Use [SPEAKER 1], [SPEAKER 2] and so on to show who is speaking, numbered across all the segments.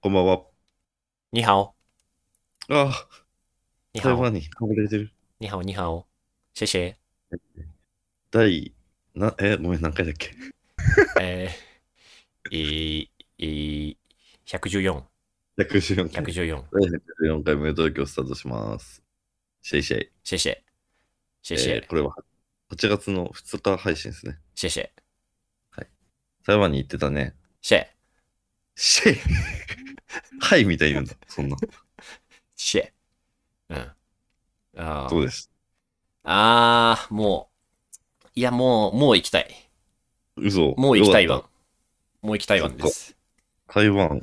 [SPEAKER 1] こんばんは。
[SPEAKER 2] ニハオ、
[SPEAKER 1] ああ、
[SPEAKER 2] ニ
[SPEAKER 1] 台
[SPEAKER 2] ハオ、
[SPEAKER 1] 湾に隠れてる。
[SPEAKER 2] ニハオ、ニハオ。シェシェ。
[SPEAKER 1] 第、な、え、ごめん、何回だっけ
[SPEAKER 2] えー、いい、114、
[SPEAKER 1] ?114 回。
[SPEAKER 2] 114。
[SPEAKER 1] 第114回目、東京スタートします。シェイシェイ。
[SPEAKER 2] シェシェ。シェシ
[SPEAKER 1] え
[SPEAKER 2] ェ
[SPEAKER 1] ー、、これは8月の2日配信ですね。
[SPEAKER 2] シェシェ、
[SPEAKER 1] 台湾に行ってたね。
[SPEAKER 2] シェ、
[SPEAKER 1] シェイ はい、みたいに言うんだ。そんな。
[SPEAKER 2] シェ。うん。あ
[SPEAKER 1] どう
[SPEAKER 2] ー
[SPEAKER 1] です。
[SPEAKER 2] あー、もう、いや、もう、もう行きたい。
[SPEAKER 1] 嘘。
[SPEAKER 2] もう行きたい
[SPEAKER 1] よ
[SPEAKER 2] わ
[SPEAKER 1] かっ。
[SPEAKER 2] もう行きたいわです。
[SPEAKER 1] た。台湾。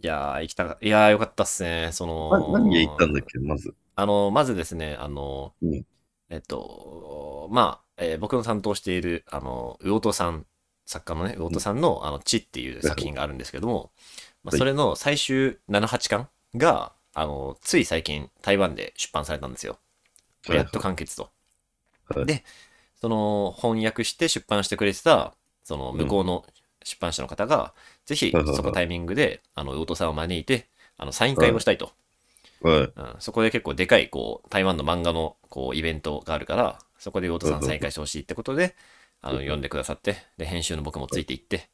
[SPEAKER 2] いやー、行きたか、いやー、よかったっすね。そ
[SPEAKER 1] な
[SPEAKER 2] の、
[SPEAKER 1] 何で行ったんだっけ、まず。
[SPEAKER 2] あの、まずですね、あの、
[SPEAKER 1] うん
[SPEAKER 2] えっと、まあ、えー僕の担当している、あの、魚戸さん、作家のね、魚戸さんの、あの、地っていう作品があるんですけども、ま
[SPEAKER 1] は
[SPEAKER 2] あ、
[SPEAKER 1] い
[SPEAKER 2] それの最終7、8巻が、あの、つい最近、台湾で出版されたんですよ。やっと完結と。
[SPEAKER 1] はい
[SPEAKER 2] で、その、翻訳して出版してくれてた、その、
[SPEAKER 1] うん
[SPEAKER 2] 向こうの出版社の方が、ぜひ
[SPEAKER 1] はいはいは、い
[SPEAKER 2] そのタイミングで、あの、魚戸さんを招いて、あの、サイン会をしたいと。
[SPEAKER 1] はい。
[SPEAKER 2] うん、そこで結構でかいこう台湾の漫画のこうイベントがあるからそこで魚田さん再開してほしいってことであの読んでくださってで編集の僕もついていって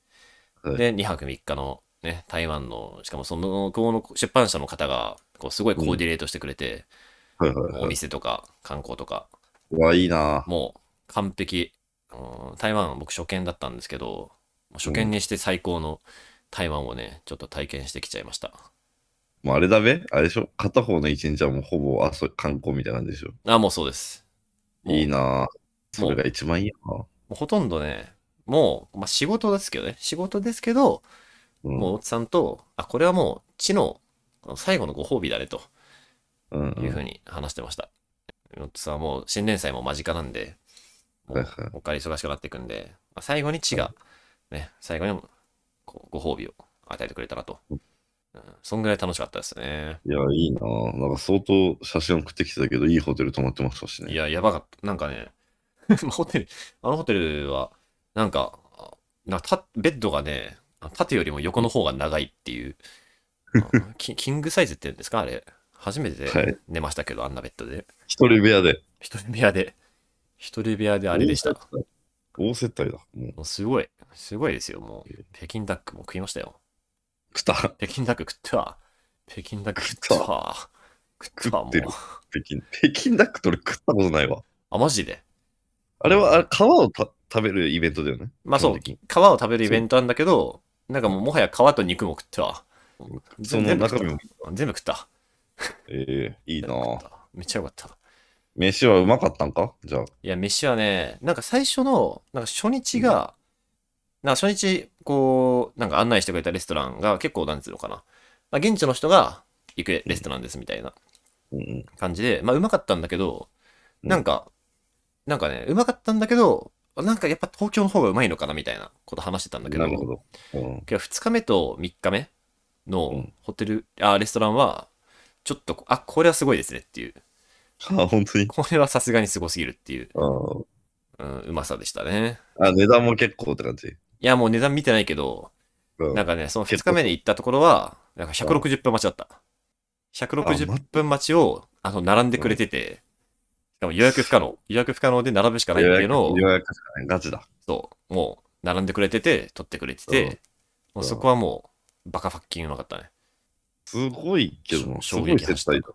[SPEAKER 1] はい
[SPEAKER 2] で2泊3日の、ね、台湾のしかもその向こうの出版社の方がこうすごいコーディネートしてくれて、
[SPEAKER 1] はいはい
[SPEAKER 2] お
[SPEAKER 1] はい。
[SPEAKER 2] 店とか観光とか
[SPEAKER 1] うわ、いいな
[SPEAKER 2] もう完璧、うん、台湾僕初見だったんですけどもう初見にして最高の台湾をねちょっと体験してきちゃいました
[SPEAKER 1] もうあれだべあれでしょ片方の一日はもうほぼ遊び観光みたいな感じでしょ
[SPEAKER 2] あもうそうですもう
[SPEAKER 1] いいなぁ。それが一番いいな
[SPEAKER 2] もうほとんどね、もう、まあ、仕事ですけどね、仕事ですけど、
[SPEAKER 1] うん
[SPEAKER 2] もう、おっさんと、あ、これはもう、知のあの最後のご褒美だね、と
[SPEAKER 1] うんうん
[SPEAKER 2] いうふうに話してました。おっさんはもう、新年祭も間近なんで、も
[SPEAKER 1] は
[SPEAKER 2] う
[SPEAKER 1] いはい、
[SPEAKER 2] おっから忙しくなっていくんで、まあ、最後に知が、ね、最後にも、こうご褒美を与えてくれたらと。うん、そんぐらい楽しかったですね。
[SPEAKER 1] いや、いいなぁ。なんか相当写真送ってきてたけど、いいホテル泊まってましたしね。
[SPEAKER 2] いや、やばかった。なんかね、 ホテル、あのホテルは、なんか、あなんかたベッドがね、あ縦よりも横の方が長いっ ていう、あキキングサイズって言うんですかあれ。初め
[SPEAKER 1] は
[SPEAKER 2] て
[SPEAKER 1] い
[SPEAKER 2] 寝ましたけど、あんなベッドで。
[SPEAKER 1] 一人部屋で。
[SPEAKER 2] 一人部屋で、一人部屋であれでした。も
[SPEAKER 1] 大接待だ。もう、
[SPEAKER 2] うすごい、すごいですよ、もう。北京ダックも食いましたよ。
[SPEAKER 1] 来た。
[SPEAKER 2] 北京ダック食ったわ。北京ダック食っ
[SPEAKER 1] 食
[SPEAKER 2] た
[SPEAKER 1] っ
[SPEAKER 2] わ。食ったわ、
[SPEAKER 1] 食っ
[SPEAKER 2] も
[SPEAKER 1] てる北
[SPEAKER 2] う。
[SPEAKER 1] 京。北京ダックと俺食ったことないわ。
[SPEAKER 2] あ、マジで
[SPEAKER 1] あれは、あれ皮をた食べるイベントだよね。
[SPEAKER 2] まあそう、
[SPEAKER 1] 基本的に
[SPEAKER 2] 皮を食べるイベントなんだけど、なんかもうもはや皮と肉も食っては。
[SPEAKER 1] その中身も。
[SPEAKER 2] 全部食った。
[SPEAKER 1] ええいい
[SPEAKER 2] 全
[SPEAKER 1] な
[SPEAKER 2] 部食っ
[SPEAKER 1] ぁ。
[SPEAKER 2] た。めっちゃよかった。
[SPEAKER 1] 飯はうまかったんかじゃあ。
[SPEAKER 2] いや、飯はね、なんか最初の、なんか初日が、なんか初日、こう、なんか案内してくれたレストランが結構、なんつうのかな。まあ、現地の人が行くレストランですみたいな
[SPEAKER 1] うんうん。
[SPEAKER 2] 感じで、まあ、うまかったんだけど、
[SPEAKER 1] うん
[SPEAKER 2] なんか、なんかね、うまかったんだけど、なんかやっぱ東京の方がうまいのかなみたいなこと話してたんだけど、
[SPEAKER 1] なるほど。うん。
[SPEAKER 2] けど2日目と3日目
[SPEAKER 1] う
[SPEAKER 2] の
[SPEAKER 1] ん
[SPEAKER 2] ホテル、あレストランはちょっとこあこれはすごいですねっていう
[SPEAKER 1] あ、本当に。
[SPEAKER 2] これはさすがにすごすぎるっていう、
[SPEAKER 1] うん
[SPEAKER 2] うん、うまさでしたね
[SPEAKER 1] あ、値段も結構って感じ。
[SPEAKER 2] いやもう値段見てないけど
[SPEAKER 1] うん
[SPEAKER 2] なんかねその2日目に行ったところはなんか160分待ちだった
[SPEAKER 1] あま
[SPEAKER 2] 160分待ちをあの並んでくれててしかも予約不可能予約不可能で並ぶしかないっていうのを
[SPEAKER 1] 予約予約しかないガチだ。
[SPEAKER 2] そうもう並んでくれてて取ってくれて
[SPEAKER 1] うん
[SPEAKER 2] てもうそこはもうバカファッキンうまかったね
[SPEAKER 1] すごいけどな、
[SPEAKER 2] 衝撃
[SPEAKER 1] すごい接待だ。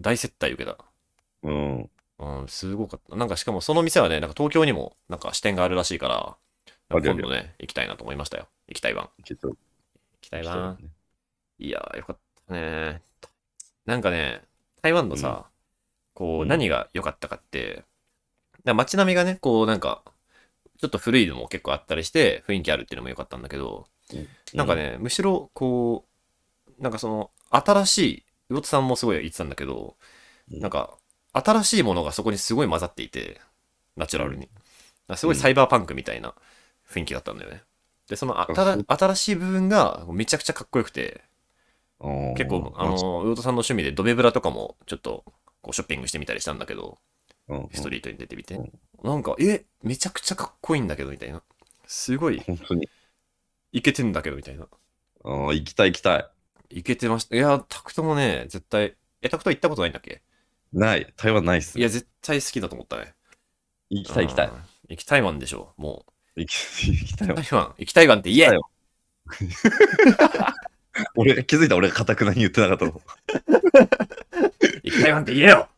[SPEAKER 2] 大接待受けた
[SPEAKER 1] うん。
[SPEAKER 2] うん、すごかった。なんかしかもその店はね、なんか東京にもなんか支店があるらしいから、
[SPEAKER 1] あるあ
[SPEAKER 2] 今
[SPEAKER 1] る
[SPEAKER 2] 度ね、行きたいなと思いましたよ。行きたいわん。行
[SPEAKER 1] けど
[SPEAKER 2] きたいわん。いやー、よかったね。なんかね、台湾のさ、こ
[SPEAKER 1] う
[SPEAKER 2] う、
[SPEAKER 1] ん
[SPEAKER 2] 何が良かったかって、なんか街並みがね、こう、なんか、ちょっと古いのも結構あったりして、雰囲気あるっていうのも良かったんだけど、なんか、ね、むしろ、こう、なんかその、新しい、魚津さんもすごい言ってたんだけど、
[SPEAKER 1] うん
[SPEAKER 2] なんか、新しいものがそこにすごい混ざっていて、ナチュラルに。なんかすごいサイバーパンクみたいな雰囲気だったんだよね。で、そのあたら
[SPEAKER 1] そう
[SPEAKER 2] 新しい部分がめちゃくちゃかっこよくて、
[SPEAKER 1] うん
[SPEAKER 2] 結構、あの、、魚津さんの趣味でドベブラとかもちょっと、こうショッピングしてみたりしたんだけど、
[SPEAKER 1] うん
[SPEAKER 2] ストリートに出てみて
[SPEAKER 1] う。
[SPEAKER 2] なんか、え、めちゃくちゃかっこいいんだけど、みたいな。すごい、
[SPEAKER 1] 本当に。
[SPEAKER 2] いけてんだけど、みたいな。
[SPEAKER 1] あー行きたい行きたい。
[SPEAKER 2] 行けてました。いや、タクトもね、絶対、え、タクト行ったことないんだっけ
[SPEAKER 1] ない。台湾ないっす。
[SPEAKER 2] いや、絶対好きだと思ったね。
[SPEAKER 1] 行きたい行きた
[SPEAKER 2] う
[SPEAKER 1] い
[SPEAKER 2] ん。。行きたいワンでしょ、も。
[SPEAKER 1] 行き行きたいうわ
[SPEAKER 2] 台。湾、行きたいワンって言え
[SPEAKER 1] 行俺、気づいた俺がかたくなに言ってなかったの。
[SPEAKER 2] 行きたいワンって言えよ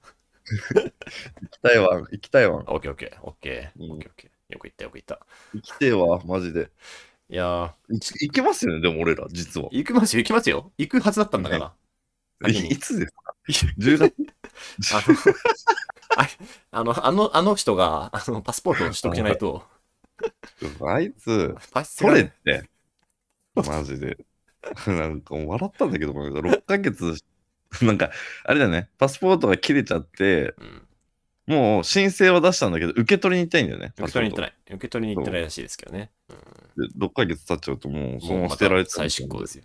[SPEAKER 1] 行きたいわ。行きたいわ。
[SPEAKER 2] オッケーオッケー、オッケー、
[SPEAKER 1] うん
[SPEAKER 2] オッケーオッケー。よく言ったよく言った。
[SPEAKER 1] 行きてえわ、マジで。
[SPEAKER 2] いやー、
[SPEAKER 1] い行けますよね、でも俺ら、実は。
[SPEAKER 2] 行きますよ、行きますよ。行くはずだったんだから。
[SPEAKER 1] い
[SPEAKER 2] 先に
[SPEAKER 1] いつですか ?10 月
[SPEAKER 2] あの、ああの、あの、あの人が、あの、パスポートを取得しないと、
[SPEAKER 1] あいつ、
[SPEAKER 2] パスが
[SPEAKER 1] 取れって。 マジで。なんかもう笑ったんだけど、6ヶ月、 なんか、あれだね、パスポートが切れちゃって、
[SPEAKER 2] うん。
[SPEAKER 1] もう申請は出したんだけど、受け取りに行きたいんだよね。。
[SPEAKER 2] 受け取りに行ってないい。受け取りに行ってないらしいですけどね。うん
[SPEAKER 1] 6ヶ月経っちゃうと、もうその
[SPEAKER 2] もう
[SPEAKER 1] まま
[SPEAKER 2] ま
[SPEAKER 1] 捨
[SPEAKER 2] た
[SPEAKER 1] てられて
[SPEAKER 2] 再執行ですよ。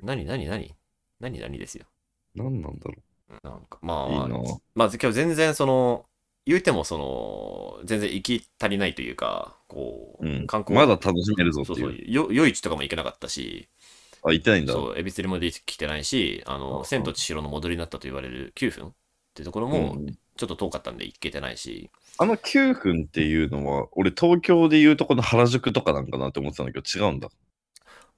[SPEAKER 2] 何、何、何何、何ですよ。
[SPEAKER 1] 何なんだろ
[SPEAKER 2] なんか、まあ、
[SPEAKER 1] う。いいなぁ。
[SPEAKER 2] まあ、今日全然その、言うてもその、全然行き足りないというか、こう、
[SPEAKER 1] うん
[SPEAKER 2] 観光
[SPEAKER 1] まだ楽しめるぞって
[SPEAKER 2] そう
[SPEAKER 1] い。
[SPEAKER 2] そうう、よ夜市とかも行けなかったし、
[SPEAKER 1] あ、行ってないんだ。
[SPEAKER 2] そう、エビ釣りもできてないし、あ
[SPEAKER 1] う
[SPEAKER 2] の、
[SPEAKER 1] ん
[SPEAKER 2] 千と千尋の戻りになったと言われる9分ってところ
[SPEAKER 1] うん
[SPEAKER 2] も、ちょっと遠かったんで行けてないし、
[SPEAKER 1] あの9分っていうのは、俺東京でいうとこの原宿とかなんかなって思ってたんだけど、違うんだ。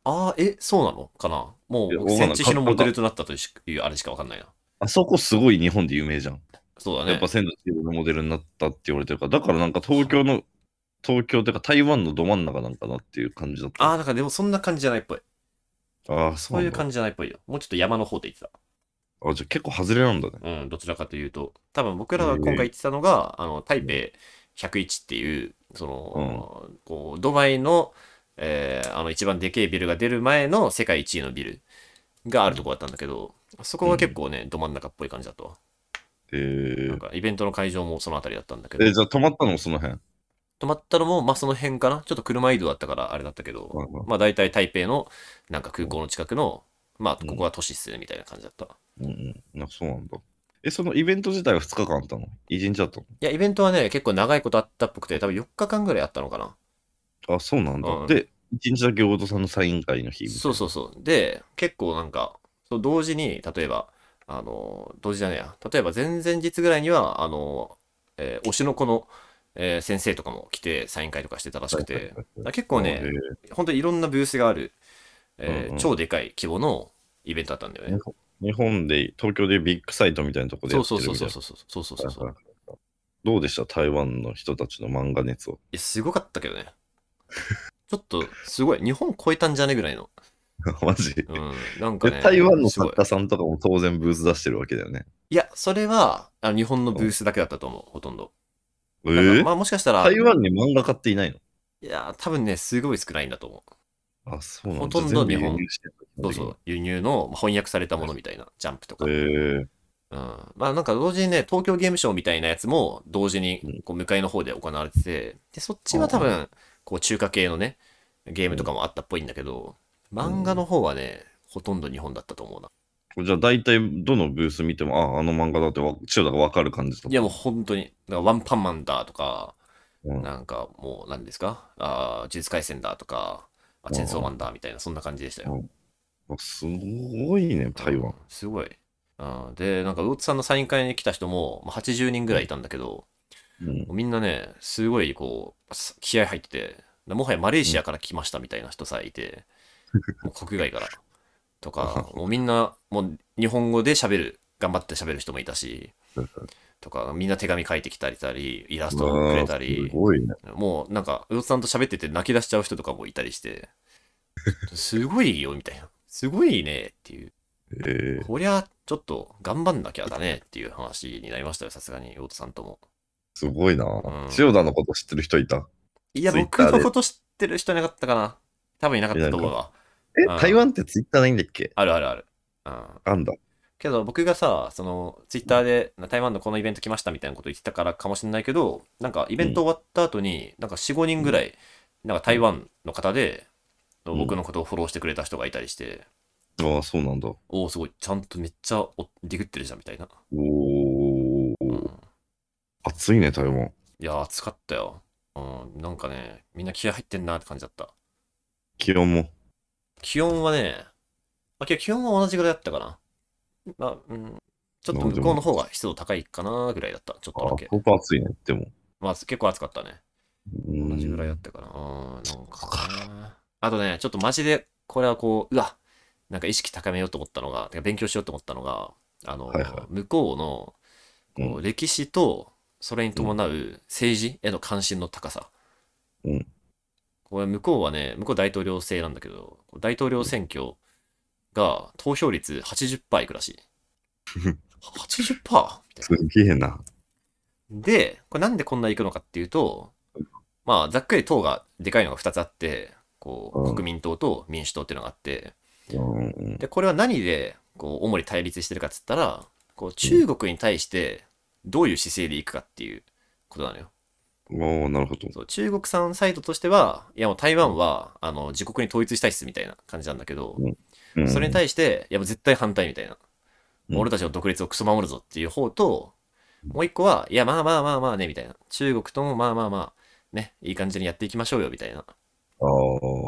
[SPEAKER 2] ああ、え、そうなのかなも
[SPEAKER 1] いやわ
[SPEAKER 2] う、
[SPEAKER 1] かんない
[SPEAKER 2] 千と千尋のモデルとなったというしいうあれしかわかんないな。
[SPEAKER 1] あそこすごい日本で有名じゃん。
[SPEAKER 2] そうだね。
[SPEAKER 1] やっぱ千と千尋のモデルになったって言われてるから、だからなんか東京の、東京というか台湾のど真ん中なんかなっていう感じだった。
[SPEAKER 2] あ
[SPEAKER 1] あ
[SPEAKER 2] あ、なんかでもそんな感じじゃないっぽい。
[SPEAKER 1] あ、そ
[SPEAKER 2] そううい
[SPEAKER 1] なん
[SPEAKER 2] う
[SPEAKER 1] だ
[SPEAKER 2] 感じじゃないっぽいよ。もうちょっと山の方で行って
[SPEAKER 1] あ、じゃあ結構外れなんだね。
[SPEAKER 2] た。うん、どちらかというと。多分僕らが今回行ってたのが、あの、台北101っていう、その、こう、ドバイの、えーあの、一番でけえビルが出る前の世界一位のビルがあるとこだったんだけど、そこは結構ね、ど真ん中っぽい感じだと。
[SPEAKER 1] え
[SPEAKER 2] なん
[SPEAKER 1] ー、
[SPEAKER 2] か、イベントの会場もその辺りだったんだけど
[SPEAKER 1] え、じゃあ止まったのもその辺。
[SPEAKER 2] 泊まったのも、まあ、その辺かな。ちょっと車移動だったからあれだったけど、
[SPEAKER 1] はいはい
[SPEAKER 2] まあ大体台北のなんか空港の近くの、まあここは都市っすねみたいな感じだった。い
[SPEAKER 1] うんうん。あそうなんだ。え、そのイベント自体は2日間あったの ?1 日だった
[SPEAKER 2] や、イベントはね、結構長いことあったっぽくて、多分4日間ぐらいあったのかな。
[SPEAKER 1] のあ、そうなんだ。
[SPEAKER 2] うん
[SPEAKER 1] で、1日だけ大戸さんのサイン会の日みたいな。
[SPEAKER 2] そうそうそう。で、結構なんか、そう同時に、例えば、あの、同時じゃねえや、例えば前々日ぐらいには、あの、えー推しの子の、えー先生とかも来て、サイン会とかしてたらしくて、だから結構ね
[SPEAKER 1] あ、へ
[SPEAKER 2] 本当にいろんなブースがある、えー
[SPEAKER 1] うんうん
[SPEAKER 2] 超でかい規模のイベントだったんだよね。
[SPEAKER 1] ね日本で、東京でビッグサイトみたいなとこで
[SPEAKER 2] そ
[SPEAKER 1] や
[SPEAKER 2] う
[SPEAKER 1] って
[SPEAKER 2] そう
[SPEAKER 1] るみた
[SPEAKER 2] そ
[SPEAKER 1] いうな。
[SPEAKER 2] そうそうそうそうそうそう
[SPEAKER 1] はいはいはいどうでした台湾の人たちの漫画熱を。
[SPEAKER 2] いやすごかったけどねちょっとすごい日本超えたんじゃねぐらいの、
[SPEAKER 1] マジ、で
[SPEAKER 2] うん、なんかね
[SPEAKER 1] 台湾の
[SPEAKER 2] すごい
[SPEAKER 1] 作家さんとかも当然ブース出してるわけだよね。
[SPEAKER 2] いやそれはあの日本のブースだけだったと思うほとんど
[SPEAKER 1] え
[SPEAKER 2] だからま
[SPEAKER 1] ー、
[SPEAKER 2] あもしかしたら
[SPEAKER 1] 台湾に漫画買っていないの
[SPEAKER 2] いや多分ねすごい少ないんだと思
[SPEAKER 1] あ、そうなんだ。
[SPEAKER 2] ほとんど日
[SPEAKER 1] 全
[SPEAKER 2] 本
[SPEAKER 1] 部輸入してる
[SPEAKER 2] うそうそう輸入のまあ翻訳されたものみたいなジャンプとか、
[SPEAKER 1] えー、
[SPEAKER 2] うん、まあなんか同時にね東京ゲームショウみたいなやつも同時
[SPEAKER 1] うん
[SPEAKER 2] にこう向かいの方で行われててでそっちは多分こう中華系のねゲームとかもあったっぽいんだけど漫画の方はねほとんど日本だったと思うな
[SPEAKER 1] これじゃあ大体どのブース見ても、あ、あの漫画だってわ、千代田がわかる感じだ
[SPEAKER 2] いやもう本当に、だからワンパンマンだとか、
[SPEAKER 1] うん
[SPEAKER 2] なんかもう何ですか、あー呪術廻戦だとか、あチェンソーマンだみたいな、そんな感じでしたよ。
[SPEAKER 1] あすごいね、台
[SPEAKER 2] うん
[SPEAKER 1] 湾。
[SPEAKER 2] すごい。うんで、なんか、魚津さんのサイン会に来た人も、まあ、80人ぐらいいたんだけど、
[SPEAKER 1] うん
[SPEAKER 2] もうみんなね、すごいこう、す気合入ってて、もはやマレーシアから来ましたみたいな人さえいて、もう国外からと か、もうみんな、もう日本語で喋る、頑張って喋る人もいたし、とか、みんな手紙書いてきたりたり、イラストをくれた
[SPEAKER 1] うわー
[SPEAKER 2] り
[SPEAKER 1] す、ごいね。
[SPEAKER 2] もうなんか、うおつさんと喋ってて泣き出しちゃう人とかもいたりして、すごいよ、みたいな。すごいね、っていう。
[SPEAKER 1] えー、
[SPEAKER 2] こりゃ、ちょっと頑張んなきゃだね、っていう話になりましたよ、さすがに、うおつさんとも。
[SPEAKER 1] すごいな、
[SPEAKER 2] うん
[SPEAKER 1] 千代田のこと知ってる人いた
[SPEAKER 2] いや、僕
[SPEAKER 1] Twitter で
[SPEAKER 2] のこと知ってる人いなかったかな。多分いなかったと思うわ。
[SPEAKER 1] え
[SPEAKER 2] あー、
[SPEAKER 1] 台湾ってツイッターないんだっけ
[SPEAKER 2] あるあるある。うん。
[SPEAKER 1] あんだ。
[SPEAKER 2] けど僕がさ、その、ツイッターで台湾のこのイベント来ましたみたいなこと言ってたからかもしれないけど、なんかイベント終わった後に、なんか4、5人ぐらい、なんか台湾の方で、
[SPEAKER 1] ん
[SPEAKER 2] 僕のことをフォローしてくれた人がいたりして、
[SPEAKER 1] ああ、そうなんだ。
[SPEAKER 2] おお、すごい、ちゃんとめっちゃおディグってるじゃんみたいな。
[SPEAKER 1] おお、
[SPEAKER 2] うん、
[SPEAKER 1] 暑いね、台湾。
[SPEAKER 2] いやー、暑かったよ。うん、なんかね、みんな気合入ってんなって感じだった。
[SPEAKER 1] 気温も。
[SPEAKER 2] 気温はね、あ、けど基本は同じぐらいだったかな。まあ、うん。ちょっと向こうの方が湿度高いかなぐらいだった。ちょっとだ
[SPEAKER 1] あ、
[SPEAKER 2] け。
[SPEAKER 1] 相当暑いね、でも。
[SPEAKER 2] まあ、結構暑かったね。
[SPEAKER 1] うん
[SPEAKER 2] 同じぐらいだったかな。うん、なんかな。あとね、ちょっとマジで、これはこう、うわ、なんか意識高めようと思ったのが、てか勉強しようと思ったのが、あの、
[SPEAKER 1] はいは
[SPEAKER 2] 向こうのこう、
[SPEAKER 1] う
[SPEAKER 2] 歴史と、それに伴う政治への関心の高さ。
[SPEAKER 1] うん
[SPEAKER 2] これ、向こうはね、向こう大統領制なんだけど、大統領選挙が投票率80%いくらしい。80%? みたいな。
[SPEAKER 1] すげえな。
[SPEAKER 2] で、これなんでこんないくのかっていうと、まあ、ざっくり党がでかいのが2つあって、こ
[SPEAKER 1] う
[SPEAKER 2] う、
[SPEAKER 1] ん
[SPEAKER 2] 国民党と民主党っていうのがあって、
[SPEAKER 1] うんうん
[SPEAKER 2] で、これは何で、こう、主に対立してるかっつったら、こう、中国に対して、どういう姿勢でいくかっていうことなのよ。
[SPEAKER 1] おーなるほど。
[SPEAKER 2] そう、中国産サイドとしては、いやもう台湾は、あの、自国に統一したいっすみたいな感じなんだけど、
[SPEAKER 1] うん
[SPEAKER 2] それに対して、いやもう絶対反対みたいな。
[SPEAKER 1] うん
[SPEAKER 2] 俺たちの独立をクソ守るぞっていう方と、もう一個は、いやまあまあまあまあね、みたいな。中国ともまあまあまあ、ね、いい感じにやっていきましょうよ、みたいな。
[SPEAKER 1] あ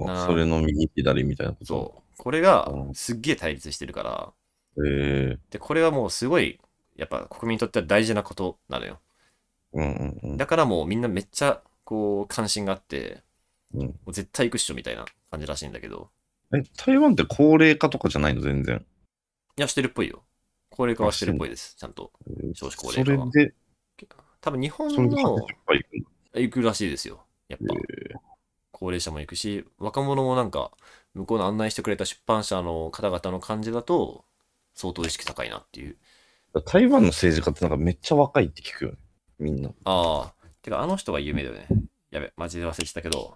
[SPEAKER 2] なあ
[SPEAKER 1] あ、それの右左みたいなこと。
[SPEAKER 2] そう。これが
[SPEAKER 1] う、ん
[SPEAKER 2] すっげえ対立してるから、
[SPEAKER 1] ええ
[SPEAKER 2] で、これはもうすごい、やっぱ国民にとっては大事なことなのよ。
[SPEAKER 1] うんうんうん。
[SPEAKER 2] だからもうみんなめっちゃ、こう、関心があって、
[SPEAKER 1] うん
[SPEAKER 2] もう絶対行くっしょ、みたいな感じらしいんだけど。
[SPEAKER 1] え、台湾って高齢化とかじゃないの全然。
[SPEAKER 2] いや、してるっぽいよ。高齢化はしてるっぽいです、ちゃんと。少子高齢
[SPEAKER 1] そ
[SPEAKER 2] 化
[SPEAKER 1] れ
[SPEAKER 2] は
[SPEAKER 1] で、
[SPEAKER 2] 多分日本
[SPEAKER 1] それで
[SPEAKER 2] の
[SPEAKER 1] 80%いくんだ。
[SPEAKER 2] 行くらしいですよ。やっぱ、高齢者も行くし、若者もなんか、向こうの案内してくれた出版社の方々の感じだと、相当意識高いなっていう。
[SPEAKER 1] 台湾の政治家ってなんかめっちゃ若いって聞くよね。みんな。
[SPEAKER 2] ああ、てかあの人が有名だよね。やべ、マジで忘れてたけど、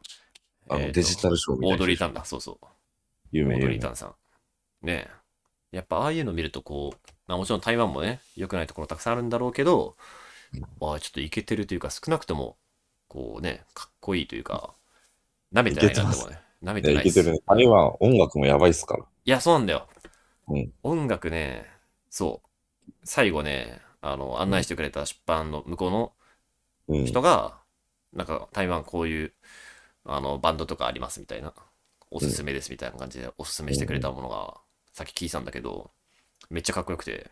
[SPEAKER 1] あ
[SPEAKER 2] えー
[SPEAKER 1] の
[SPEAKER 2] と
[SPEAKER 1] デジタルショーみたい
[SPEAKER 2] オ
[SPEAKER 1] な。
[SPEAKER 2] ードリー・タンだ、そうそう。
[SPEAKER 1] 有
[SPEAKER 2] オ
[SPEAKER 1] 名
[SPEAKER 2] ードリー・
[SPEAKER 1] 有
[SPEAKER 2] タンさん。ねえ。やっぱああいうの見るとこう、まあもちろん台湾もね、良くないところたくさんあるんだろうけど、まあちょっとイケてるというか、少なくとも、こうね、かっこいいというか、舐めてないなって思うね。舐め
[SPEAKER 1] 名。
[SPEAKER 2] て
[SPEAKER 1] い
[SPEAKER 2] な
[SPEAKER 1] や、
[SPEAKER 2] い
[SPEAKER 1] いけてるね。
[SPEAKER 2] い
[SPEAKER 1] 台湾、音楽もやばいっすから。
[SPEAKER 2] や、そうなんだよ。
[SPEAKER 1] うん
[SPEAKER 2] 音楽ね、そう。最後ね、あの、案内してくれた出版の向こうの
[SPEAKER 1] うん。
[SPEAKER 2] 人が、なんか台湾こういうあのバンドとかありますみたいな、おすすめですみたいな感じでおすすめしてくれたものが、さっき聞いたんだけど、めっちゃかっこよくて、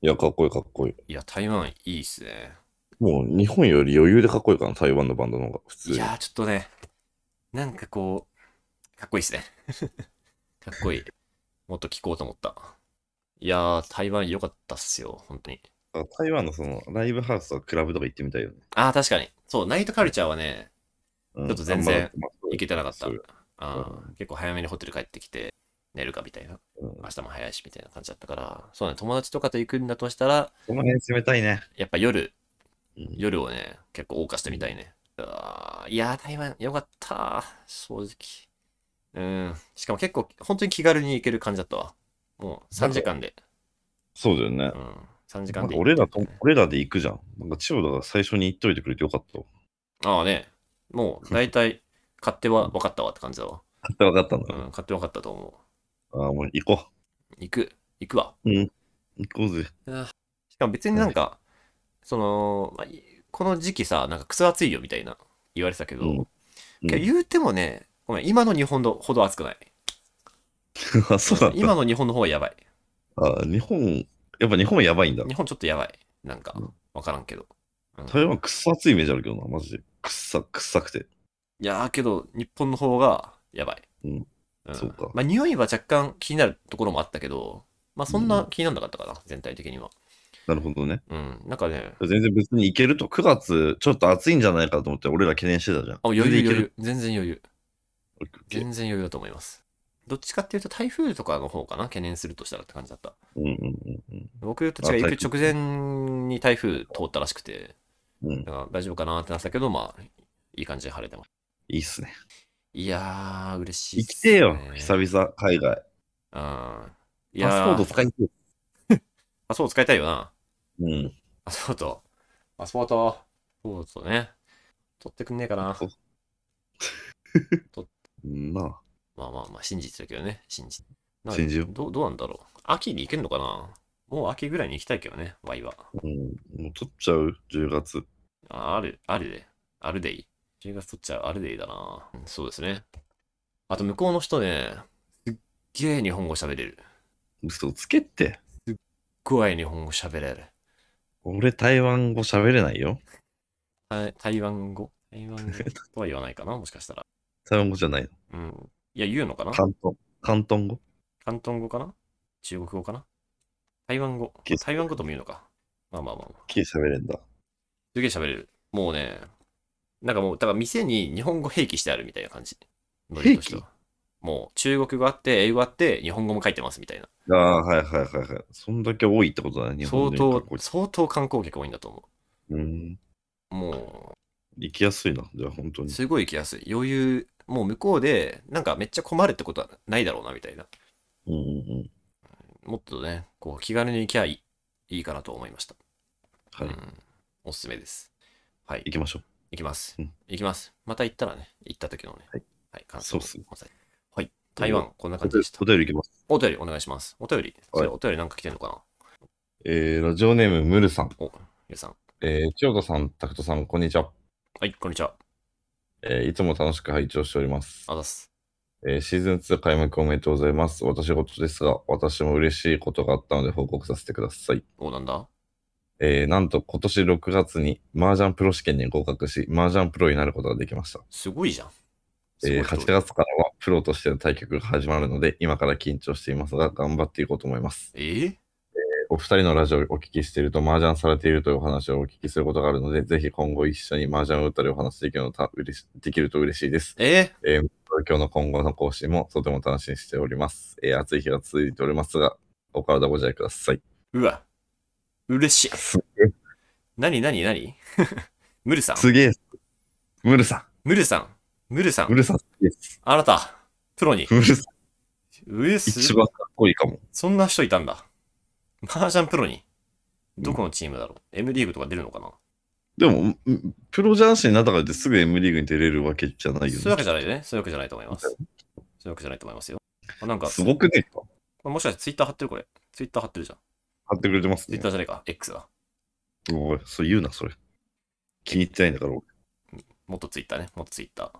[SPEAKER 1] いや、かっこいいかっこいい。
[SPEAKER 2] いや、台湾いいっすね。
[SPEAKER 1] もう日本より余裕でかっこいいかな、台湾のバンドの方が。普通
[SPEAKER 2] い
[SPEAKER 1] に。
[SPEAKER 2] やー、ちょっとね、なんかこう、かっこいいっすね。 かっこいい。もっと聞こうと思った。いやー、台湾良かったっすよ、本当に。
[SPEAKER 1] 台湾のそのライブハウスとかクラブとか行ってみたいよね。
[SPEAKER 2] あー、確かに。そう、ナイトカルチャーはね、
[SPEAKER 1] ちょ
[SPEAKER 2] ちょっと全然行けてなかった。
[SPEAKER 1] そう
[SPEAKER 2] あー結構早めにホテル帰ってきて、寝るかみたいな。
[SPEAKER 1] うん
[SPEAKER 2] 明日も早いしみたいな感じだったから、そうね、友達とかと行くんだとしたら、
[SPEAKER 1] その辺攻めたいね。
[SPEAKER 2] やっぱ夜、
[SPEAKER 1] うん
[SPEAKER 2] 夜をね、結構謳歌してみたいね。うわーいやー、台湾よかった、正直。うん、しかも結構、本当に気軽に行ける感じだったわ。もう3時間で。
[SPEAKER 1] そうだよね
[SPEAKER 2] う。ん、3時
[SPEAKER 1] な
[SPEAKER 2] 間
[SPEAKER 1] んか
[SPEAKER 2] で行
[SPEAKER 1] 俺らと、俺らで行くじゃん。なんか千代田が最初に行っといてくれてよかったわ。
[SPEAKER 2] ああね、もう 大体、買っては分かったわって感じだわ。
[SPEAKER 1] 買って分かったんだ。
[SPEAKER 2] うん、買って分かったと思
[SPEAKER 1] ああ、もう行こ
[SPEAKER 2] う。行く、行くわ。
[SPEAKER 1] う。うん。行こうぜ。
[SPEAKER 2] しかも別になんか、その、まあいこの時期さ、なんかクソ暑いよみたいな言われてたけど、
[SPEAKER 1] うんうん
[SPEAKER 2] けど言うてもね、ごめん、今の日本のほど暑くない。
[SPEAKER 1] あそうなんだ
[SPEAKER 2] 今の日本の方がやばい。
[SPEAKER 1] あ日本、やっぱ日本やばいんだ
[SPEAKER 2] 日。本ちょっとやばい。なんか
[SPEAKER 1] うん、
[SPEAKER 2] わからんけど。うん
[SPEAKER 1] 台湾くっさ暑いイメージあるけどな、マジで。くっさ、くっさくて。
[SPEAKER 2] いやーけど、日本の方がやばい。
[SPEAKER 1] うんそうか
[SPEAKER 2] まあ、匂いは若干気になるところもあったけど、まあ、そんな気にならなかったかな、全体的には。
[SPEAKER 1] なるほどね。
[SPEAKER 2] うん、なんかね、
[SPEAKER 1] 全然別に行けると、9月ちょっと暑いんじゃないかと思って、俺ら懸念してたじゃん。
[SPEAKER 2] あ、余裕
[SPEAKER 1] 全然行
[SPEAKER 2] 余
[SPEAKER 1] け
[SPEAKER 2] 裕
[SPEAKER 1] る。、
[SPEAKER 2] 全然余裕。
[SPEAKER 1] オッケー
[SPEAKER 2] 全然余裕だと思います。どっちかっていうと、台風とかの方かな、懸念するとしたらって感じだった。
[SPEAKER 1] うんうんうん
[SPEAKER 2] 僕たちが行く直前に台風通ったらしくて、
[SPEAKER 1] うん。うん。
[SPEAKER 2] だから大丈夫かなってなってたけど、まあ、いい感じで晴れてます。
[SPEAKER 1] いいっすね。
[SPEAKER 2] いやー、嬉しいっ
[SPEAKER 1] 行
[SPEAKER 2] す、
[SPEAKER 1] きてえよ、久々、海外。
[SPEAKER 2] 々。うん。いや
[SPEAKER 1] パスポート
[SPEAKER 2] ー
[SPEAKER 1] 使いに行こ
[SPEAKER 2] パスポート使いたいよな。
[SPEAKER 1] う。うん。
[SPEAKER 2] パスポート。パスポート。パスポートね。取ってくんねえかな。
[SPEAKER 1] うんなあ
[SPEAKER 2] まあまあまあ、信じてるけどね。信じなん
[SPEAKER 1] 信じよう
[SPEAKER 2] どうどうなんだろう。秋に行けんのかなもう秋ぐらいに行きたいけどね、ワイは。
[SPEAKER 1] うん、もう取っちゃう、10月。
[SPEAKER 2] あある、あるで。あるでいい。10月取っちゃうあるでいいだな。うんそうですね。あと向こうの人ね、すっげえ日本語喋れる。
[SPEAKER 1] 嘘つけって。
[SPEAKER 2] 怖い日本語喋れる。
[SPEAKER 1] 俺、台湾語喋れないよ。
[SPEAKER 2] 台台湾語台湾語とは言わないかなもしかしたら。
[SPEAKER 1] 台湾語じゃないの。
[SPEAKER 2] うん。いや、言うのかな
[SPEAKER 1] 広東。広東語
[SPEAKER 2] 広東語かな中国語かな台湾語
[SPEAKER 1] ゲ。ス
[SPEAKER 2] 台湾語とも言うのか。まあまあまあ。
[SPEAKER 1] きり喋れんだ。
[SPEAKER 2] すげえ喋れる。もうね、なんかもう、だから店に日本語併記してあるみたいな感じ。ノリとしては
[SPEAKER 1] 併
[SPEAKER 2] もう中国語あって、英語あって、日本語も書いてますみたいな。
[SPEAKER 1] ああ、はいはいはいはい。そんだけ多いってことだね、日
[SPEAKER 2] 相
[SPEAKER 1] 本人
[SPEAKER 2] 当
[SPEAKER 1] 観、光地
[SPEAKER 2] 相当観光客多いんだと思
[SPEAKER 1] うん。
[SPEAKER 2] う。も
[SPEAKER 1] 行きやすいな、じゃあ本当
[SPEAKER 2] う、
[SPEAKER 1] に。
[SPEAKER 2] すごい行きやすい。余裕、もう向こうで、なんかめっちゃ困るってことはないだろうなみたいな。
[SPEAKER 1] うんうんうん。
[SPEAKER 2] もっとね、こう気軽に行きゃいいいいかなと思いました。
[SPEAKER 1] はい。
[SPEAKER 2] うんおすすめです。はい。
[SPEAKER 1] 行きましょ
[SPEAKER 2] 行きます
[SPEAKER 1] うん。
[SPEAKER 2] 行きます。また行ったらね、行った時のね、
[SPEAKER 1] はい、
[SPEAKER 2] 感
[SPEAKER 1] そ
[SPEAKER 2] 想
[SPEAKER 1] うっすね
[SPEAKER 2] をお伝えはい。台湾、こんな
[SPEAKER 1] う。
[SPEAKER 2] 感じでした。
[SPEAKER 1] お便り行きます。
[SPEAKER 2] お便りお願いします。お便り、それお便りなんか来てんのかな
[SPEAKER 1] えー、ラジオネーム、ムルさん。
[SPEAKER 2] お、ゆうさん。
[SPEAKER 1] えー、千代田さん、タクトさん、こんにちは。
[SPEAKER 2] はい、こんにちは。
[SPEAKER 1] えー、いつも楽しく拝聴しております。
[SPEAKER 2] あざっす。
[SPEAKER 1] えーシーズン2開幕おめでとうございます。私事ですが、私も嬉しいことがあったので報告させてください。
[SPEAKER 2] お、なんだ
[SPEAKER 1] えーなんと今年6月に麻雀プロ試験に合格し、麻雀プロになることができました。
[SPEAKER 2] すごいじゃん。
[SPEAKER 1] えー
[SPEAKER 2] すごい
[SPEAKER 1] 8
[SPEAKER 2] 人
[SPEAKER 1] 月からはプロとしての対局が始まるので、今から緊張していますが、頑張っていこうと思います。
[SPEAKER 2] えー
[SPEAKER 1] えーお二人のラジオをお聞きしていると、麻雀されているというお話をお聞きすることがあるので、ぜひ今後一緒に麻雀を打ったりお話しできるのた嬉しできると嬉しいです。
[SPEAKER 2] え
[SPEAKER 1] 今日の今後の更新もとても楽しみにしております。えー暑い日が続いておりますが、お体ご自愛ください。
[SPEAKER 2] ーうわ。嬉しい。
[SPEAKER 1] す
[SPEAKER 2] なになになに ムルさん。
[SPEAKER 1] すげえ。ムルさ
[SPEAKER 2] ムルさん。ムルさ
[SPEAKER 1] ん。ム
[SPEAKER 2] ん。
[SPEAKER 1] ルさんすげえです。
[SPEAKER 2] あなた、プロに。
[SPEAKER 1] ムルさん
[SPEAKER 2] うえ、
[SPEAKER 1] 一
[SPEAKER 2] す
[SPEAKER 1] 番かっこいいかも。
[SPEAKER 2] そんな人いたんだ。マージャンプロに。どこのチームだろう、?M リーグとか出るのかな
[SPEAKER 1] でも、うんプロ雀士になったからってすぐ M リーグに出れるわけじゃないよ
[SPEAKER 2] そう
[SPEAKER 1] ね。
[SPEAKER 2] いうわけじゃないよね。そういうわけじゃないと思います。そういうわけじゃないと思いますよ。あなんか、
[SPEAKER 1] すごくねえか
[SPEAKER 2] もしかしてツイッター貼ってるこれ。ツイッター貼ってるじゃん。
[SPEAKER 1] 貼ってくれてます
[SPEAKER 2] ツイ
[SPEAKER 1] ね
[SPEAKER 2] ッタ。ーじゃないか。X だ。
[SPEAKER 1] おい、そう言うな、それ。気に入ってないんだから、俺
[SPEAKER 2] もっとツイッターね。もっとツイッター。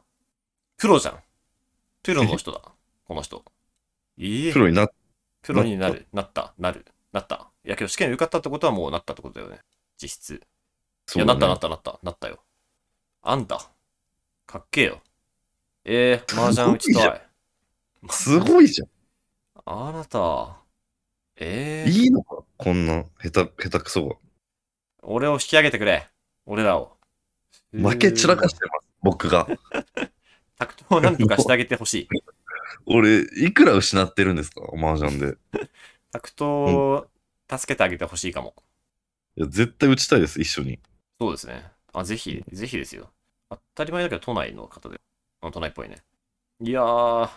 [SPEAKER 2] プロじゃん。プロの 人だ。この人。いいえ
[SPEAKER 1] プ。ロになっ
[SPEAKER 2] プロになる。なった。なる。なった。いやけど試験受かったってことはもうなったってことだよね。実質。い
[SPEAKER 1] そ
[SPEAKER 2] や、
[SPEAKER 1] う
[SPEAKER 2] な
[SPEAKER 1] だ
[SPEAKER 2] っ
[SPEAKER 1] ね
[SPEAKER 2] たなったなった。なったよ。あんた。かっけえよ。えー、麻雀打ちたい。
[SPEAKER 1] すごいじ
[SPEAKER 2] あなた。え
[SPEAKER 1] ゃ
[SPEAKER 2] ー
[SPEAKER 1] ん。、いいのかこんな、下手、下手くそが。
[SPEAKER 2] 俺を引き上げてくれ。俺らを。
[SPEAKER 1] 負け散らか
[SPEAKER 2] し。
[SPEAKER 1] してます、僕が。
[SPEAKER 2] タクトをなんとかしてあげてほしい。
[SPEAKER 1] 俺、いくら失ってるんですか麻雀で。
[SPEAKER 2] タクトを助けてあげてほしいかも。
[SPEAKER 1] いや、絶対打ちたいです、一緒に。
[SPEAKER 2] そうですね。あ、ぜひ、ぜひですよ。当たり前だけど、都内の方で。あ都内っぽいね。いやー、ちょ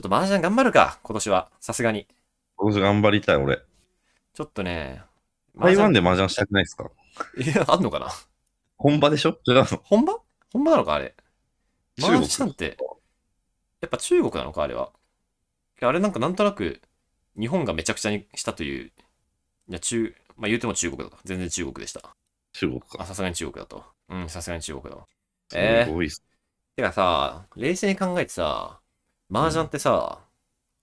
[SPEAKER 2] っと麻雀頑張るか、今年は。さすがに。
[SPEAKER 1] 今年頑張りたい、俺。
[SPEAKER 2] ちょっとね。
[SPEAKER 1] 台湾
[SPEAKER 2] で。
[SPEAKER 1] で麻雀したくないですか
[SPEAKER 2] いや、あんのかな。
[SPEAKER 1] 本場でしょ違うの。
[SPEAKER 2] 本場本場なのか、あれ。
[SPEAKER 1] 中
[SPEAKER 2] 麻
[SPEAKER 1] 国
[SPEAKER 2] 雀って、やっぱ中国なのか、あれは。あれなんかなんとなく、日本がめちゃくちゃにしたという、いや、中、まあ言うても中国だと。全然中国でした。
[SPEAKER 1] 中国
[SPEAKER 2] あ、
[SPEAKER 1] か。
[SPEAKER 2] さすがに中国だと。うん、さすがに中国だわ。
[SPEAKER 1] す
[SPEAKER 2] えー
[SPEAKER 1] ごいっす。
[SPEAKER 2] てかさ、冷静に考えてさ、麻雀ってさ、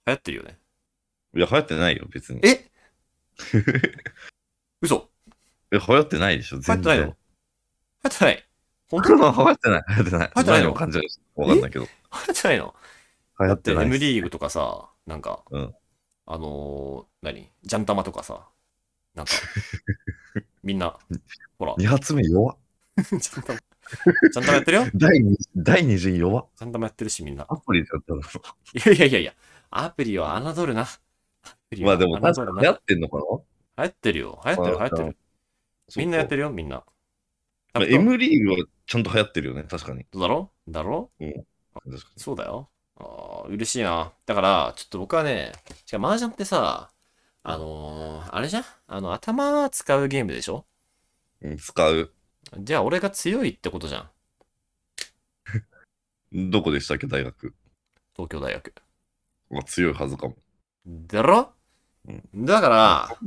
[SPEAKER 2] 流行ってるよね。
[SPEAKER 1] いや、流行ってないよ、別に。
[SPEAKER 2] え嘘
[SPEAKER 1] え、流行って ないでしょ、
[SPEAKER 2] 流行っ
[SPEAKER 1] 全
[SPEAKER 2] てないの
[SPEAKER 1] 然
[SPEAKER 2] 流。行ってない本 当
[SPEAKER 1] 流
[SPEAKER 2] に流
[SPEAKER 1] 行ってない、流行ってない。
[SPEAKER 2] 流行ってないの
[SPEAKER 1] 前の感じがわかんないけど。
[SPEAKER 2] 行ってないの
[SPEAKER 1] 流行
[SPEAKER 2] だ
[SPEAKER 1] っ
[SPEAKER 2] ってて
[SPEAKER 1] ない
[SPEAKER 2] M
[SPEAKER 1] です。
[SPEAKER 2] リーグとかさ、なんか、
[SPEAKER 1] うん
[SPEAKER 2] あのー、何ジャン玉とかさ、な んか、みんな、ほら、
[SPEAKER 1] 2発目弱。
[SPEAKER 2] ジャン玉、ジャン玉やってるよ
[SPEAKER 1] 第2第二陣弱。
[SPEAKER 2] ジャン玉やってるし、みんな。
[SPEAKER 1] アプリだったら。
[SPEAKER 2] いやいやいやいや、アプリは侮るな。アプリ
[SPEAKER 1] ま
[SPEAKER 2] は
[SPEAKER 1] あで
[SPEAKER 2] 侮
[SPEAKER 1] も、
[SPEAKER 2] る
[SPEAKER 1] 確
[SPEAKER 2] な。
[SPEAKER 1] かに流
[SPEAKER 2] 流
[SPEAKER 1] 行ってんのかな
[SPEAKER 2] 行ってるよ。流行ってる、流行って
[SPEAKER 1] まあ
[SPEAKER 2] る。みんなやって
[SPEAKER 1] る。
[SPEAKER 2] るよ、みんな。
[SPEAKER 1] まあ M リーグはちゃんと流行ってるよね、確かに。
[SPEAKER 2] だろだろ
[SPEAKER 1] 確か
[SPEAKER 2] そうだよ。ああ、嬉しいな。だから、ちょっと僕はね、しかも麻雀ってさ、あのーあれじゃんあの、頭使うゲームでしょ
[SPEAKER 1] にうん使う。
[SPEAKER 2] じゃあ俺が強いってことじゃん。
[SPEAKER 1] どこでしたっけ、大学。
[SPEAKER 2] 東京大学。
[SPEAKER 1] まあ、強いはずかも。
[SPEAKER 2] だろ
[SPEAKER 1] うん
[SPEAKER 2] だから、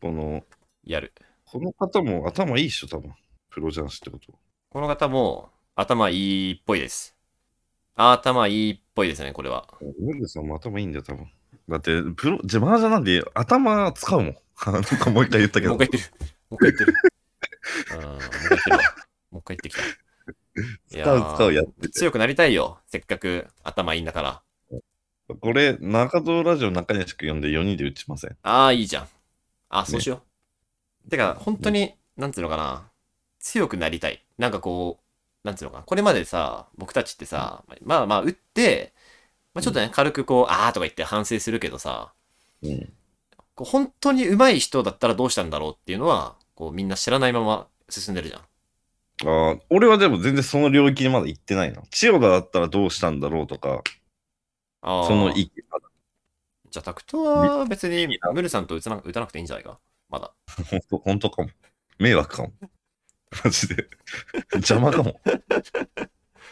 [SPEAKER 1] この、
[SPEAKER 2] やる。
[SPEAKER 1] この方も頭いいっしょ、多分。プロ雀士ってこと。
[SPEAKER 2] この方も頭いいっぽいです。あ頭いいっぽいですね、これは。
[SPEAKER 1] ウルさんも頭いいんだよ、多分。だって、プロ、ジマージャンなんで頭使うもん。 なんかもう一回言ったけ
[SPEAKER 2] もう
[SPEAKER 1] ど
[SPEAKER 2] 一回、言ってる。もう一回言ってる。うん、もう一回言ってるわ。 もう一回言って きた。い
[SPEAKER 1] 使
[SPEAKER 2] や
[SPEAKER 1] う
[SPEAKER 2] ー
[SPEAKER 1] 使うやってて。
[SPEAKER 2] 強くなりたいよ。せっかく頭いいんだから。
[SPEAKER 1] これ、中藤ラジオ中西くん呼んで4人で打ちません。
[SPEAKER 2] ああ、いいじゃん。あそうしよう。てか、本当に、なんつうのかな。強くなりたい。なんかこう、なんつうのかな。これまでさ、僕たちってさ、まあまあ、打って、まあ、ちょっとね、軽くこう、あーとか言って反省するけどさ、
[SPEAKER 1] うん。
[SPEAKER 2] こう本当に上手い人だったらどうしたんだろうっていうのは、こう、みんな知らないまま進んでるじゃん。
[SPEAKER 1] あー俺はでも全然その領域にまだ行ってないな。千代田だったらどうしたんだろうとか、
[SPEAKER 2] あー
[SPEAKER 1] その意見。
[SPEAKER 2] じゃあ、タクトは別に、ムルさんと打たな打たなくていいんじゃないかまだ。
[SPEAKER 1] 本当 本当かも。迷惑かも。マジで。邪魔か も。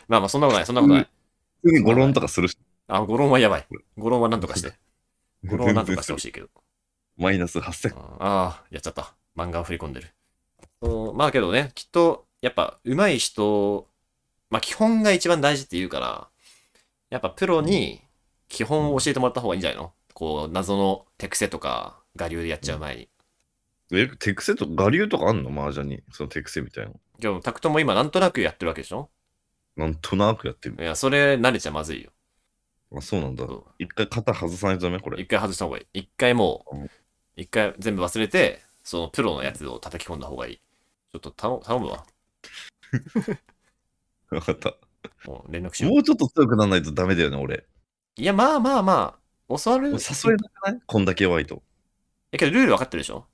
[SPEAKER 2] まあまあ、そんなことない、そんなことない。
[SPEAKER 1] 普通にゴロンとかするし、
[SPEAKER 2] あ、ゴロンはやばい。ゴロンはなんとか して。ゴロンはなんとかしてほしいけど。
[SPEAKER 1] マイナス8000
[SPEAKER 2] うん。ああ、やっちゃった。漫画を振り込んでる。そうまあけどね、きっと、やっぱ、上手い人、まあ基本が一番大事って言うから、やっぱプロに基本を教えてもらった方がいいんじゃないのこう、謎の手癖とか、我流でやっちゃう前に。
[SPEAKER 1] え、手癖とか、我流とかあんの麻雀に。その手癖みたいな。
[SPEAKER 2] でも、タクトも今なんとなくやってるわけでしょ
[SPEAKER 1] なんとなくやってる。
[SPEAKER 2] いや、それ慣れちゃまずいよ。
[SPEAKER 1] あ、そうなんだ
[SPEAKER 2] そ。う
[SPEAKER 1] 一回肩外さないとダメこれ
[SPEAKER 2] 一。回外した方がいい。一回も
[SPEAKER 1] う、
[SPEAKER 2] うん一回全部忘れて、そのプロのやつを叩き込んだ方がいい。ちょっと頼頼むわ。
[SPEAKER 1] わかった。
[SPEAKER 2] もう連絡しよう。
[SPEAKER 1] もうちょっと強くならないとダメだよね、俺。
[SPEAKER 2] いや、まあまあまあ、教わる。
[SPEAKER 1] 俺誘えなくないこんだけ弱いと。
[SPEAKER 2] え、けどルール分かってるで しょ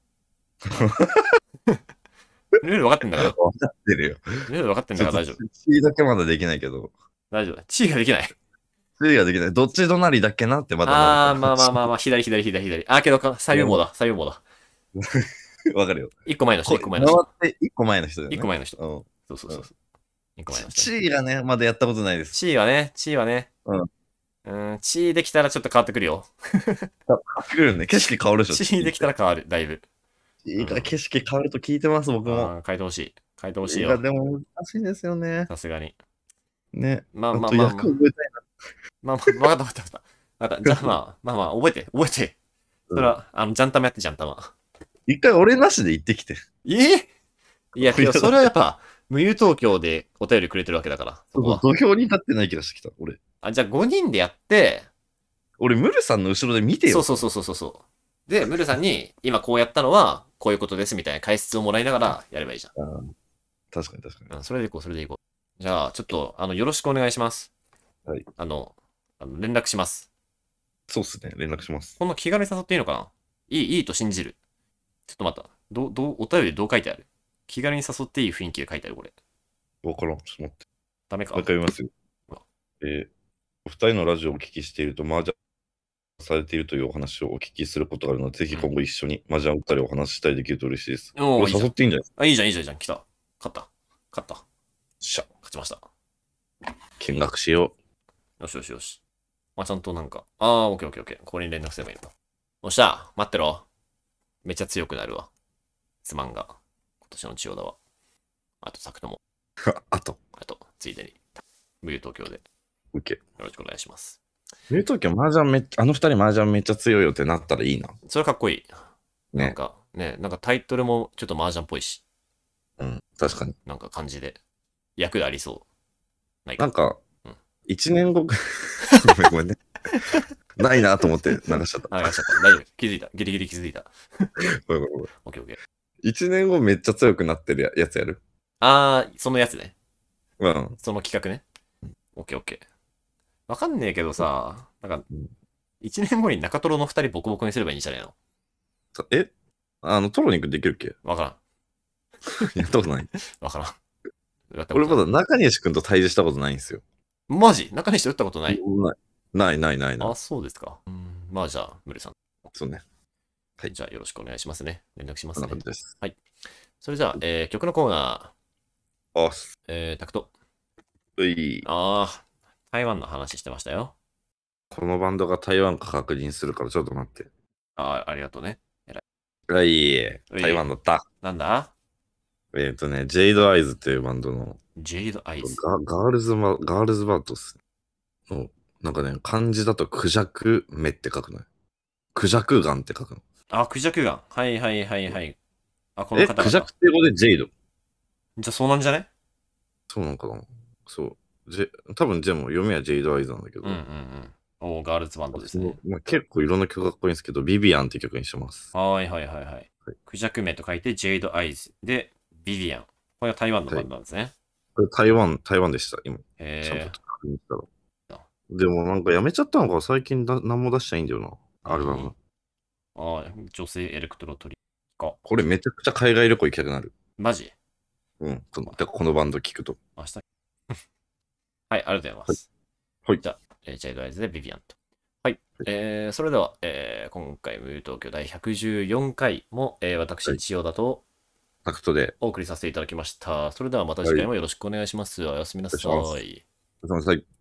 [SPEAKER 2] ルール分かってんだから。
[SPEAKER 1] 分かってるよ。
[SPEAKER 2] ルール分かってん
[SPEAKER 1] ち
[SPEAKER 2] だ
[SPEAKER 1] ょ
[SPEAKER 2] か
[SPEAKER 1] っ
[SPEAKER 2] ら
[SPEAKER 1] と
[SPEAKER 2] 大丈夫。
[SPEAKER 1] 血だけまだできないけど。
[SPEAKER 2] 大丈夫。地位ができない。
[SPEAKER 1] 注意ができない。どっち隣だっけなってまだ
[SPEAKER 2] ああー、
[SPEAKER 1] な
[SPEAKER 2] まあ
[SPEAKER 1] るから
[SPEAKER 2] まあまあまあ、左左左左。あー、けどか、左右網だ、左右網だ。
[SPEAKER 1] わかるよ。
[SPEAKER 2] 一個前の人、一個前の
[SPEAKER 1] 回
[SPEAKER 2] 人。
[SPEAKER 1] って一個前の人だよね。
[SPEAKER 2] 一個前の人。
[SPEAKER 1] うん。
[SPEAKER 2] そうそうそうそう。一個前の人。
[SPEAKER 1] 地位がね、まだやったことないです。
[SPEAKER 2] 地位はね、地位はね。
[SPEAKER 1] うん
[SPEAKER 2] うん。地位できたらちょっと変わってくるよ。
[SPEAKER 1] 来るよね。景色変わるでしょ。
[SPEAKER 2] 地位できたら変わる、だいぶ。
[SPEAKER 1] 地位が景色変わると聞いてます、僕も。
[SPEAKER 2] あー変えてほしい。変えてほし
[SPEAKER 1] 地
[SPEAKER 2] い
[SPEAKER 1] 位が
[SPEAKER 2] よ。
[SPEAKER 1] でも難しいんですよね。
[SPEAKER 2] さすがに。
[SPEAKER 1] ね。
[SPEAKER 2] ま
[SPEAKER 1] あ
[SPEAKER 2] あまあ
[SPEAKER 1] と
[SPEAKER 2] まあ、
[SPEAKER 1] 役覚えたい
[SPEAKER 2] まあまあ、分かった分かった分かった。分かった。じゃあまあ、まあまあ、覚えて、覚えて。そ
[SPEAKER 1] な
[SPEAKER 2] れは、あの、ジャンタマやって、ジャンタマ。
[SPEAKER 1] 一回俺なしで行ってきて。
[SPEAKER 2] ええいや、
[SPEAKER 1] これ
[SPEAKER 2] けどそれはやっぱ、無友東京でお便りくれてるわけだから、そこは。
[SPEAKER 1] 土俵に立ってない気がしてきた、俺。
[SPEAKER 2] あ、じゃあ5人でやって、
[SPEAKER 1] 俺、ムルさんの後ろで見て
[SPEAKER 2] そ
[SPEAKER 1] よ
[SPEAKER 2] う。そうそうそうそう。で、ムルさんに、今こうやったのは、こういうことですみたいな解説をもらいながらやればいいじ
[SPEAKER 1] 確かに確かに。
[SPEAKER 2] ゃん。うん、それでいこう、それでいこう。じゃあ、ちょっと、あの、よろしくお願いします。
[SPEAKER 1] はい。
[SPEAKER 2] あの、あの連絡します。
[SPEAKER 1] そうっすね、連絡します。
[SPEAKER 2] この気軽に誘っていいのかないい、いいと信じる。ちょっと待った。どう、どう、お便りどう書いてある気軽に誘っていい雰囲気で書いてある、これ。
[SPEAKER 1] わからん、ちょっと待って。
[SPEAKER 2] ダメか
[SPEAKER 1] もう一。回見ますよ
[SPEAKER 2] あ。
[SPEAKER 1] えーお二人のラジオをお聞きしていると、麻雀されているというお話をお聞きすることがあるので、ぜひ今後一緒に麻雀お二人お話ししたりできると嬉しいです。
[SPEAKER 2] お
[SPEAKER 1] これ
[SPEAKER 2] ーいいじゃん
[SPEAKER 1] 誘っていいんじゃないですか
[SPEAKER 2] あ、いいじゃん、いいじゃん、いいじゃん。来た。勝った。勝った。よっしゃ、勝ちました。
[SPEAKER 1] 見学しよ
[SPEAKER 2] よしよしよし。まあ、ちゃんとなんか、ああ、オッケーオッケーオッケー。ここに連絡すればいいのか。おっしゃ、待ってろ。めっちゃ強くなるわ。すまんが。今年の千代田は。あと、作とも。
[SPEAKER 1] う。 あと、
[SPEAKER 2] あと、ついでに。無友東京で。よ
[SPEAKER 1] 受け。
[SPEAKER 2] ろしくお願いします。
[SPEAKER 1] 冷凍機は麻雀めっちゃ、あの二人麻雀めっちゃ強いよってなったらいいな。
[SPEAKER 2] それかっこいい。
[SPEAKER 1] ね
[SPEAKER 2] なんか、ね、なんかタイトルもちょっと麻雀っぽいし、
[SPEAKER 1] うん、確かに。
[SPEAKER 2] なんか感じで。役でありそう。ない
[SPEAKER 1] なん
[SPEAKER 2] か。
[SPEAKER 1] か
[SPEAKER 2] うん、
[SPEAKER 1] 一年後 くごめんごめんね。ないなと思って流しちゃった。
[SPEAKER 2] あ、いらっしゃった。大丈夫。気づいた。ギリギリ気づいた。
[SPEAKER 1] ごめんごめんごめん
[SPEAKER 2] オッケーオッケー。
[SPEAKER 1] 一年後めっちゃ強くなってるややつやる
[SPEAKER 2] ああ、そのやつね。
[SPEAKER 1] うん。
[SPEAKER 2] その企画ね。オッケーオッケー。わかんねえけどさ、なんか
[SPEAKER 1] うん、
[SPEAKER 2] 1年後に中トロの2人ボコボコにすればいいんじゃないの
[SPEAKER 1] そえあの、トロニックできるっけ
[SPEAKER 2] わからん。
[SPEAKER 1] やったことない。
[SPEAKER 2] わからん。やったこと
[SPEAKER 1] 俺
[SPEAKER 2] ない
[SPEAKER 1] まだ中西くんと対峙したことないんですよ。
[SPEAKER 2] マジ中西と打ったことない。
[SPEAKER 1] ないないないない。
[SPEAKER 2] あ、そうですか。うんまあじゃあ、ムルさん。
[SPEAKER 1] そうね。はい
[SPEAKER 2] じゃあよろしくお願いしますね。連絡しま
[SPEAKER 1] そんな
[SPEAKER 2] すね
[SPEAKER 1] 感。じです。
[SPEAKER 2] それじゃあ、えー曲のコーナ
[SPEAKER 1] あ、す
[SPEAKER 2] ー、えー、タクト。
[SPEAKER 1] うい。
[SPEAKER 2] あー、台湾の話してましたよ。
[SPEAKER 1] このバンドが台湾か確認するからちょっと待って。
[SPEAKER 2] あー、ありがとうね。
[SPEAKER 1] ういう
[SPEAKER 2] い
[SPEAKER 1] 台湾だった。
[SPEAKER 2] なんだ
[SPEAKER 1] えっ、とね、ジェイドアイズっていうバンドの
[SPEAKER 2] ジェイドアイズ。
[SPEAKER 1] ガガールズマガールズバンドっす。うんなんかね、漢字だとクジャク目って書くのよ。クジャクガンって書くの。
[SPEAKER 2] あ、クジャクが。はいはいはいはい。あ、この
[SPEAKER 1] え、
[SPEAKER 2] 方々
[SPEAKER 1] クジャクって英語でジェイド。
[SPEAKER 2] じゃあそうなんじゃない
[SPEAKER 1] そうなんかなそう。ジェ多分でも読みはジェイドアイズなんだけど、
[SPEAKER 2] うんうんうん。おーガールズバンドですね。
[SPEAKER 1] まあ、結構いろんな曲かっこいいんですけど、ビビアンって曲にしてます。
[SPEAKER 2] はいはいはいはい。クジャク名と書いて、ジェイド・アイズで、ビビアン。これは台湾のバンドなんですね。
[SPEAKER 1] これ台湾、台湾でした、今。ちゃ
[SPEAKER 2] へ
[SPEAKER 1] んと確認したら。でもなんかやめちゃったのか、最近だ何も出してないんだよな、アルバ
[SPEAKER 2] うん
[SPEAKER 1] ム。
[SPEAKER 2] えああ、女性エレクトロトリ。
[SPEAKER 1] これめちゃくちゃ海外旅行行きたくなる。
[SPEAKER 2] マジ
[SPEAKER 1] うん。このてかこのバンド聞くと。
[SPEAKER 2] 明日。 はい、ありがとうございます。
[SPEAKER 1] はいはい
[SPEAKER 2] じゃあ、えージェイド・アイズでビビアンと。はい。えー、それでは、えー、今回、無友東京第114回も、えー、
[SPEAKER 1] は
[SPEAKER 2] 私、
[SPEAKER 1] い
[SPEAKER 2] 千代田と
[SPEAKER 1] タクトで、
[SPEAKER 2] お送りさせていただきました。それではまた次回もよろしくお願いします。おやすみなさ
[SPEAKER 1] お願いし
[SPEAKER 2] い
[SPEAKER 1] お疲れ様でした